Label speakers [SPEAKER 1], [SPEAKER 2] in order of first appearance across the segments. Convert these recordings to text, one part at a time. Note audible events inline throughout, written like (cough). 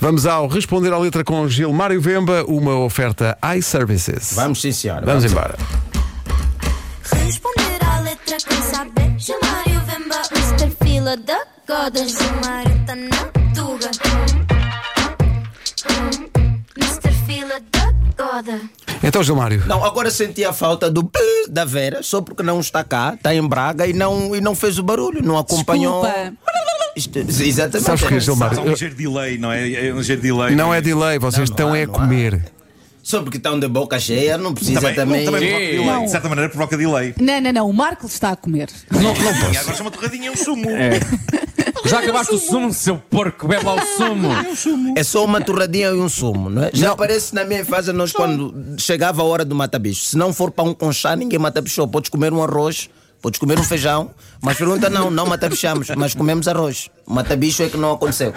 [SPEAKER 1] Vamos ao Responder à Letra com Gilmário Vemba, uma oferta iServices.
[SPEAKER 2] Vamos sim, senhora.
[SPEAKER 1] Vamos embora.
[SPEAKER 3] Responder à letra é com saber Gilmário Vemba, Mr. Fila da Goda Gilmário tá na tuga Mr. Fila da Goda
[SPEAKER 1] Então, Gilmário,
[SPEAKER 2] Não, agora senti a falta do pi da Vera, só porque não está cá, está em Braga e não, e não fez o barulho, não acompanhou.
[SPEAKER 4] Desculpa.
[SPEAKER 2] Isto- exatamente.
[SPEAKER 1] sabes que, Gilmário,
[SPEAKER 5] Há um ligeiro delay, não é? É um ligeiro delay.
[SPEAKER 1] eu- não é delay, vocês
[SPEAKER 2] Não,
[SPEAKER 1] estão
[SPEAKER 2] não há,
[SPEAKER 1] é a
[SPEAKER 2] não há.
[SPEAKER 1] comer.
[SPEAKER 2] Só porque estão de boca cheia, não precisa
[SPEAKER 1] Tá
[SPEAKER 5] Também,
[SPEAKER 2] também.
[SPEAKER 5] também provoca delay.
[SPEAKER 4] Não.
[SPEAKER 5] De certa maneira provoca delay.
[SPEAKER 4] Não, não, não. O Marco está a comer.
[SPEAKER 5] E agora chama torradinha, é um sumo.
[SPEAKER 6] Já acabaste o sumo, seu porco, bebe
[SPEAKER 5] Ah,
[SPEAKER 6] lá o sumo.
[SPEAKER 2] É só uma torradinha e um sumo, não é? Já aparece na minha infância, nós quando chegava a hora do mata-bicho. Se não for para um conchá, ninguém mata bicho. Podes comer um arroz, podes comer um feijão. Mas pergunta não, não mata-bichamos, mas comemos arroz. Mata-bicho é que não aconteceu.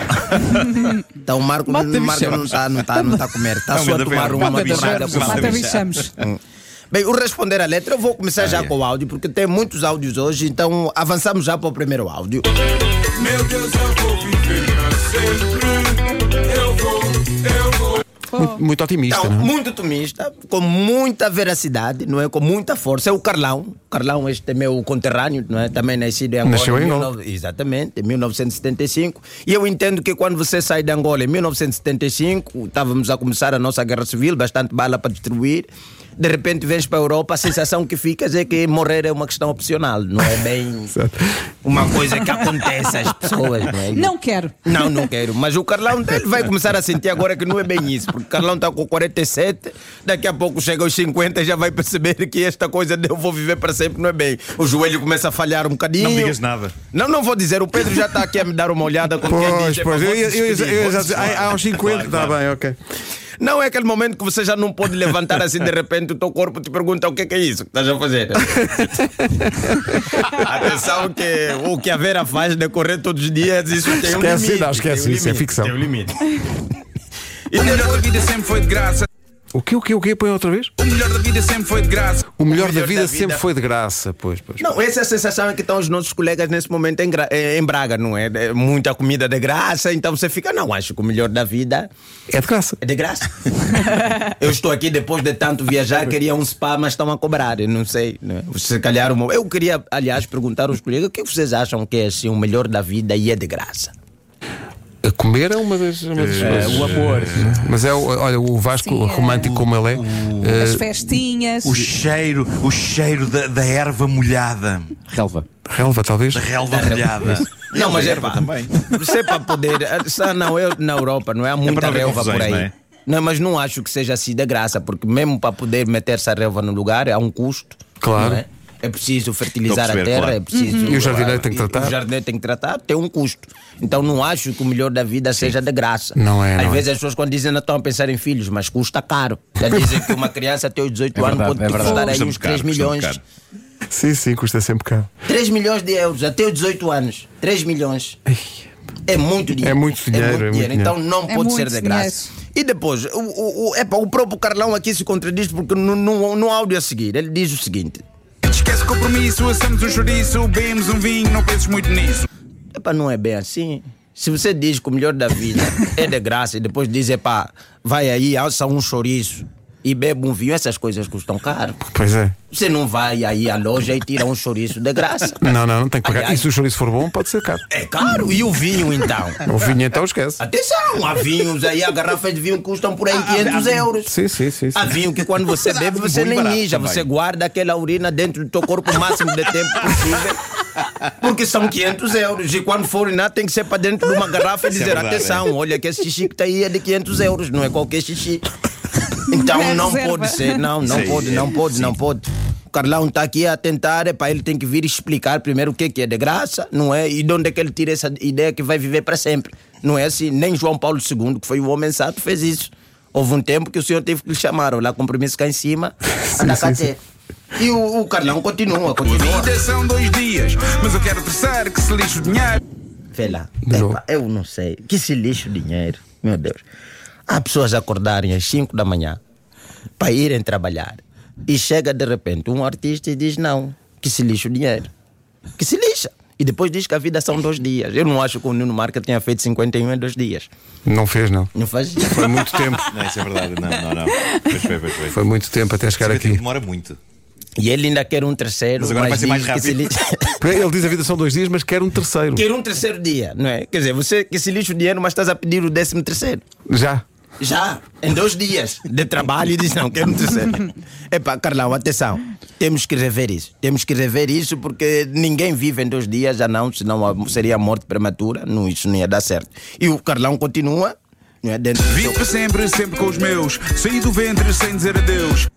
[SPEAKER 2] Então o Marco,
[SPEAKER 6] Mata-bichamos.
[SPEAKER 2] Marco não está não tá, não tá a comer, está
[SPEAKER 5] Não,
[SPEAKER 2] só a
[SPEAKER 5] ainda bem,
[SPEAKER 2] tomar uma
[SPEAKER 5] mata-bichamos,
[SPEAKER 2] torrada com Hum.
[SPEAKER 5] mata-bichamos.
[SPEAKER 4] Mata bichamos.
[SPEAKER 2] Bem, o responder à letra, eu vou começar já com o áudio, porque tem muitos áudios hoje, então avançamos já para o primeiro áudio.
[SPEAKER 7] Meu Deus, eu vou viver pra sempre. Eu vou, eu vou.
[SPEAKER 1] Muito, muito otimista,
[SPEAKER 2] Então,
[SPEAKER 1] não é?
[SPEAKER 2] muito otimista, com muita veracidade, não é? Com muita força. É o Carlão. Carlão, este é meu conterrâneo, não é? Também nascido em Angola.
[SPEAKER 1] Nasceu em Angola.
[SPEAKER 2] 19 Exatamente, em 1975. E eu entendo que quando você sai de Angola em 1975, estávamos a começar a nossa guerra civil, bastante bala para distribuir. De repente vens para a Europa, a sensação que ficas é que morrer é uma questão opcional, não é
[SPEAKER 1] (laughs)
[SPEAKER 2] bem uma coisa que acontece às pessoas, não é?
[SPEAKER 4] Não quero.
[SPEAKER 2] Não, não quero. Mas o Carlão dele vai começar a sentir agora que não é bem isso. Porque o Carlão está com 47, daqui a pouco chega aos 50 e já vai perceber que esta coisa de eu vou viver para sempre não é bem. O joelho começa a falhar um bocadinho.
[SPEAKER 5] Não digas nada.
[SPEAKER 2] Não, não vou dizer. O Pedro já está aqui a me dar uma olhada com quem
[SPEAKER 1] é? Pois,
[SPEAKER 2] diz. é "Epá,
[SPEAKER 1] pois, eu
[SPEAKER 2] vou
[SPEAKER 1] ia- eu ia-
[SPEAKER 2] despedir,
[SPEAKER 1] eu ia
[SPEAKER 2] vou
[SPEAKER 1] dizer, ah, aos 50, está bem, ok.
[SPEAKER 2] não é aquele momento que você já não pode levantar assim de repente, o teu corpo te pergunta o que é, que é isso que estás
[SPEAKER 1] (laughs)
[SPEAKER 2] a fazer. Atenção que o que a Vera faz decorrer todos os dias, isso tem um
[SPEAKER 1] Esquece,
[SPEAKER 2] limite.
[SPEAKER 1] não, esquece
[SPEAKER 2] tem um
[SPEAKER 1] isso, é
[SPEAKER 2] limite,
[SPEAKER 1] ficção.
[SPEAKER 2] Tem um limite.
[SPEAKER 7] O melhor da vida sempre foi de graça.
[SPEAKER 1] O que, o que, o que? Põe outra vez?
[SPEAKER 7] O melhor da vida sempre foi de graça.
[SPEAKER 1] O melhor,
[SPEAKER 2] É melhor
[SPEAKER 1] da, vida
[SPEAKER 2] da vida-
[SPEAKER 1] sempre foi de graça, pois, pois.
[SPEAKER 2] Não, essa é a sensação que estão os nossos colegas nesse momento em, Gra- eh, em Braga, não é? É Muita comida de graça, então você fica, não, acho que o melhor da vida
[SPEAKER 1] É de graça.
[SPEAKER 2] é de graça. eu estou aqui depois de tanto viajar, queria um spa, mas estão a cobrar, eu não sei. Né? Se calhar, uma... eu queria, aliás, perguntar aos colegas o que vocês acham que é assim, o melhor da vida e é de graça.
[SPEAKER 1] A comer é uma das. Uma
[SPEAKER 2] Eh,
[SPEAKER 1] das coisas.
[SPEAKER 6] O amor.
[SPEAKER 1] Mas é, o- olha, o Vasco,
[SPEAKER 4] Sim, é.
[SPEAKER 1] romântico como ele é,
[SPEAKER 4] As festinhas.
[SPEAKER 5] O cheiro, o cheiro da, da erva molhada.
[SPEAKER 6] Relva.
[SPEAKER 1] relva,
[SPEAKER 2] (laughs)
[SPEAKER 1] talvez.
[SPEAKER 5] Da relva molhada.
[SPEAKER 2] Não, mas é pá.
[SPEAKER 5] também.
[SPEAKER 2] (laughs) Você para poder. ah, Não, eu na Europa não é? Há muita
[SPEAKER 5] para não haver
[SPEAKER 2] relva por aí.
[SPEAKER 5] confusões,
[SPEAKER 2] Não,
[SPEAKER 5] não é?
[SPEAKER 2] mas não acho que seja assim de graça, porque mesmo para poder meter essa relva no lugar há um custo.
[SPEAKER 1] Claro. Uhum.
[SPEAKER 2] não É? É preciso fertilizar
[SPEAKER 5] Estou a perceber,
[SPEAKER 2] a terra,
[SPEAKER 5] claro.
[SPEAKER 2] é preciso.
[SPEAKER 1] E o jardineiro
[SPEAKER 2] ah,
[SPEAKER 1] tem que
[SPEAKER 2] e-
[SPEAKER 1] tratar.
[SPEAKER 2] O jardineiro tem que tratar, tem um custo. Então não acho que o melhor da vida seja de graça.
[SPEAKER 1] Não é,
[SPEAKER 2] Às
[SPEAKER 1] não é.
[SPEAKER 2] vezes as pessoas quando dizem não estão a pensar em filhos, mas
[SPEAKER 1] (laughs)
[SPEAKER 2] custa caro. Já dizem que uma criança até os 18 anos
[SPEAKER 6] verdade,
[SPEAKER 2] pode
[SPEAKER 6] é
[SPEAKER 2] te
[SPEAKER 6] verdade.
[SPEAKER 2] custar aí
[SPEAKER 5] Custa
[SPEAKER 2] uns
[SPEAKER 5] muito
[SPEAKER 2] 3
[SPEAKER 5] caro, custa muito
[SPEAKER 2] milhões.
[SPEAKER 5] caro.
[SPEAKER 1] Sim, sim, custa sempre caro.
[SPEAKER 2] 3 milhões de euros até os 18 anos. 3 milhões. É muito dinheiro.
[SPEAKER 1] É muito dinheiro, é muito dinheiro.
[SPEAKER 2] Então não
[SPEAKER 4] É
[SPEAKER 2] pode
[SPEAKER 4] muito
[SPEAKER 2] ser de graça. E depois, o, o, o, epá, o próprio Carlão aqui se contradiz porque no, no, no áudio a seguir ele diz o seguinte:
[SPEAKER 7] Esquece o compromisso, assamos um chouriço, bebemos um vinho, não penses muito nisso.
[SPEAKER 2] Epá, não é bem assim. Se você diz que o melhor da vida é de graça e depois diz, epá, vai aí, alça um chouriço e bebe um vinho, essas coisas custam caro.
[SPEAKER 1] Pois é.
[SPEAKER 2] Você não vai aí à loja e tira um chouriço de graça.
[SPEAKER 1] Não, não, não tem que pagar.
[SPEAKER 2] Aliás-
[SPEAKER 1] E se o chouriço for bom, pode ser caro.
[SPEAKER 2] É caro. E o vinho então?
[SPEAKER 1] O vinho então esquece.
[SPEAKER 2] Atenção, há vinhos aí, a garrafa de vinho custam por aí 500 euros.
[SPEAKER 1] Sim, sim, sim. sim.
[SPEAKER 2] Há vinho que quando você bebe, você
[SPEAKER 5] bom e
[SPEAKER 2] nem
[SPEAKER 5] barato
[SPEAKER 2] mija,
[SPEAKER 5] também.
[SPEAKER 2] você guarda aquela urina dentro do teu corpo o máximo de tempo possível. Porque são 500 euros e quando for urinar tem que ser para dentro de uma garrafa e
[SPEAKER 5] Isso é
[SPEAKER 2] dizer:
[SPEAKER 5] verdade,
[SPEAKER 2] atenção, olha que esse xixi que está aí é de 500 euros, não é qualquer xixi. Então
[SPEAKER 4] É
[SPEAKER 2] não
[SPEAKER 4] reserva.
[SPEAKER 2] pode ser, (laughs) não, não
[SPEAKER 5] Sim,
[SPEAKER 2] pode,
[SPEAKER 5] é,
[SPEAKER 2] não pode, não pode. O Carlão está aqui a tentar, para ele tem que vir explicar primeiro o que é que é de graça, não é? E de onde é que ele tira essa ideia que vai viver para sempre. Não é assim, nem João Paulo II, que foi o homem santo, fez isso. Houve um tempo que o senhor teve que lhe chamar, olha lá, compromisso cá em
[SPEAKER 5] (laughs)
[SPEAKER 2] cima, anda cá ter. E o, o Carlão continua, continua.
[SPEAKER 7] Vida são dois dias, mas eu quero terceiro que se lixe o dinheiro.
[SPEAKER 2] Vê lá.
[SPEAKER 1] João.
[SPEAKER 2] Epa, eu não sei. Que se lixe o dinheiro. Meu Deus. Há pessoas a acordarem às 5 da manhã para irem trabalhar. E chega de repente um artista e diz: Não, que se lixe o dinheiro. Que se lixa. E depois diz que a vida são dois dias. Eu não acho que o Nuno Marca tenha feito 51 em dois dias.
[SPEAKER 1] Não fez, não.
[SPEAKER 2] Não faz
[SPEAKER 5] (laughs)
[SPEAKER 1] Foi muito tempo.
[SPEAKER 5] Não, isso é verdade. Não, não, não. Pois foi, pois foi.
[SPEAKER 1] Foi muito tempo até chegar
[SPEAKER 5] Esse
[SPEAKER 1] aqui.
[SPEAKER 5] demora muito.
[SPEAKER 2] E ele ainda quer um terceiro.
[SPEAKER 5] Mas agora vai ser mais
[SPEAKER 2] diz que se
[SPEAKER 5] rápido.
[SPEAKER 2] lhe-
[SPEAKER 1] Ele diz a vida são dois dias, mas quer um terceiro.
[SPEAKER 2] (laughs) Quer um terceiro dia, não é? Quer dizer, você que se lixa o dinheiro, mas estás a pedir o décimo terceiro.
[SPEAKER 1] Já.
[SPEAKER 2] Já, em dois dias de trabalho, e diz: Não, quero um terceiro. (laughs) Epá, Carlão, atenção. Temos que rever isso. Temos que rever isso porque ninguém vive em dois dias, já não, senão a- seria morte prematura. Não, isso não ia dar certo. E o Carlão continua. Não é, dentro do
[SPEAKER 8] Vivo
[SPEAKER 2] seu-
[SPEAKER 8] para sempre, sempre com os meus. Saí do ventre sem dizer adeus.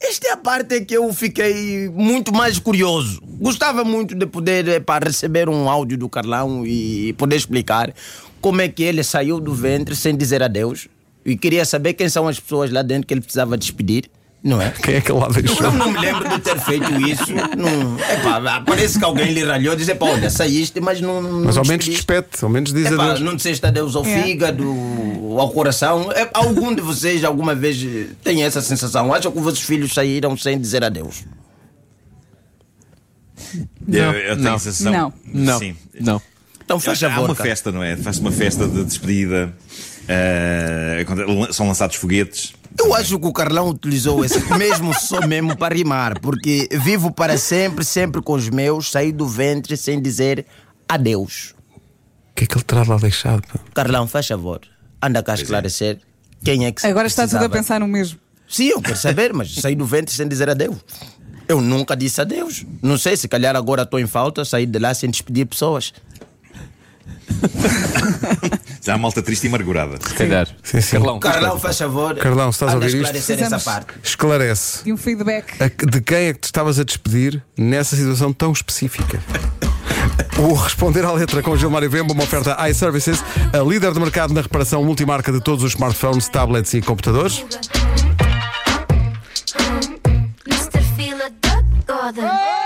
[SPEAKER 2] Esta é a parte que eu fiquei muito mais curioso. Gostava muito de poder para receber um áudio do Carlão e poder explicar como é que ele saiu do ventre sem dizer adeus. E queria saber quem são as pessoas lá dentro que ele precisava despedir, não é?
[SPEAKER 1] Quem é que lá deixou?
[SPEAKER 2] Eu não me lembro de ter feito isso. Não... Epá, parece que alguém lhe ralhou e disse: "Epá, olha, saíste, mas não. não
[SPEAKER 1] Mas ao menos
[SPEAKER 2] despediste."
[SPEAKER 1] despete, ao menos diz
[SPEAKER 2] Epá,
[SPEAKER 1] adeus.
[SPEAKER 2] não disseste adeus ao
[SPEAKER 4] É.
[SPEAKER 2] fígado, ao coração. É, algum de vocês alguma vez eh, tem essa sensação? Acham que os vossos filhos saíram sem dizer adeus?
[SPEAKER 5] eu, eu tenho
[SPEAKER 6] não.
[SPEAKER 5] a sensação.
[SPEAKER 4] Não.
[SPEAKER 6] Não.
[SPEAKER 5] Sim.
[SPEAKER 6] Não.
[SPEAKER 2] Então faz
[SPEAKER 5] Há
[SPEAKER 2] favor.
[SPEAKER 5] uma
[SPEAKER 2] cara.
[SPEAKER 5] festa, não é? Faz-se uma festa de despedida. eh, quando- são lançados foguetes.
[SPEAKER 2] Eu acho que o Carlão utilizou esse mesmo só mesmo para rimar, porque vivo para sempre, sempre com os meus, saí do ventre sem dizer adeus.
[SPEAKER 1] O que é que ele terá lá deixado? pá?
[SPEAKER 2] Carlão, faz favor, anda
[SPEAKER 5] é.
[SPEAKER 2] cá esclarecer quem é que
[SPEAKER 4] Agora está tudo a
[SPEAKER 2] precisava.
[SPEAKER 4] pensar no mesmo.
[SPEAKER 2] Sim, eu quero saber, mas saí do ventre sem dizer adeus. Eu nunca disse adeus. Não sei, se calhar agora estou em falta, saí de lá sem despedir pessoas.
[SPEAKER 5] Há uma malta triste e amargurada.
[SPEAKER 6] Se calhar.
[SPEAKER 1] Sim, sim.
[SPEAKER 6] Carlão.
[SPEAKER 2] Carlão, faz favor.
[SPEAKER 1] Carlão, se estás a
[SPEAKER 2] anda
[SPEAKER 1] ouvir isto?
[SPEAKER 2] esclarecer essa
[SPEAKER 4] Precisamos-
[SPEAKER 2] parte.
[SPEAKER 1] Esclarece.
[SPEAKER 4] De um feedback.
[SPEAKER 1] A que- de quem é que te estavas a despedir nessa situação tão específica? O Responder à Letra com Gilmário Vemba, uma oferta iServices, a líder de mercado na reparação multimarca de todos os smartphones, tablets e computadores.
[SPEAKER 3] Mr. Fila Duck Gordon.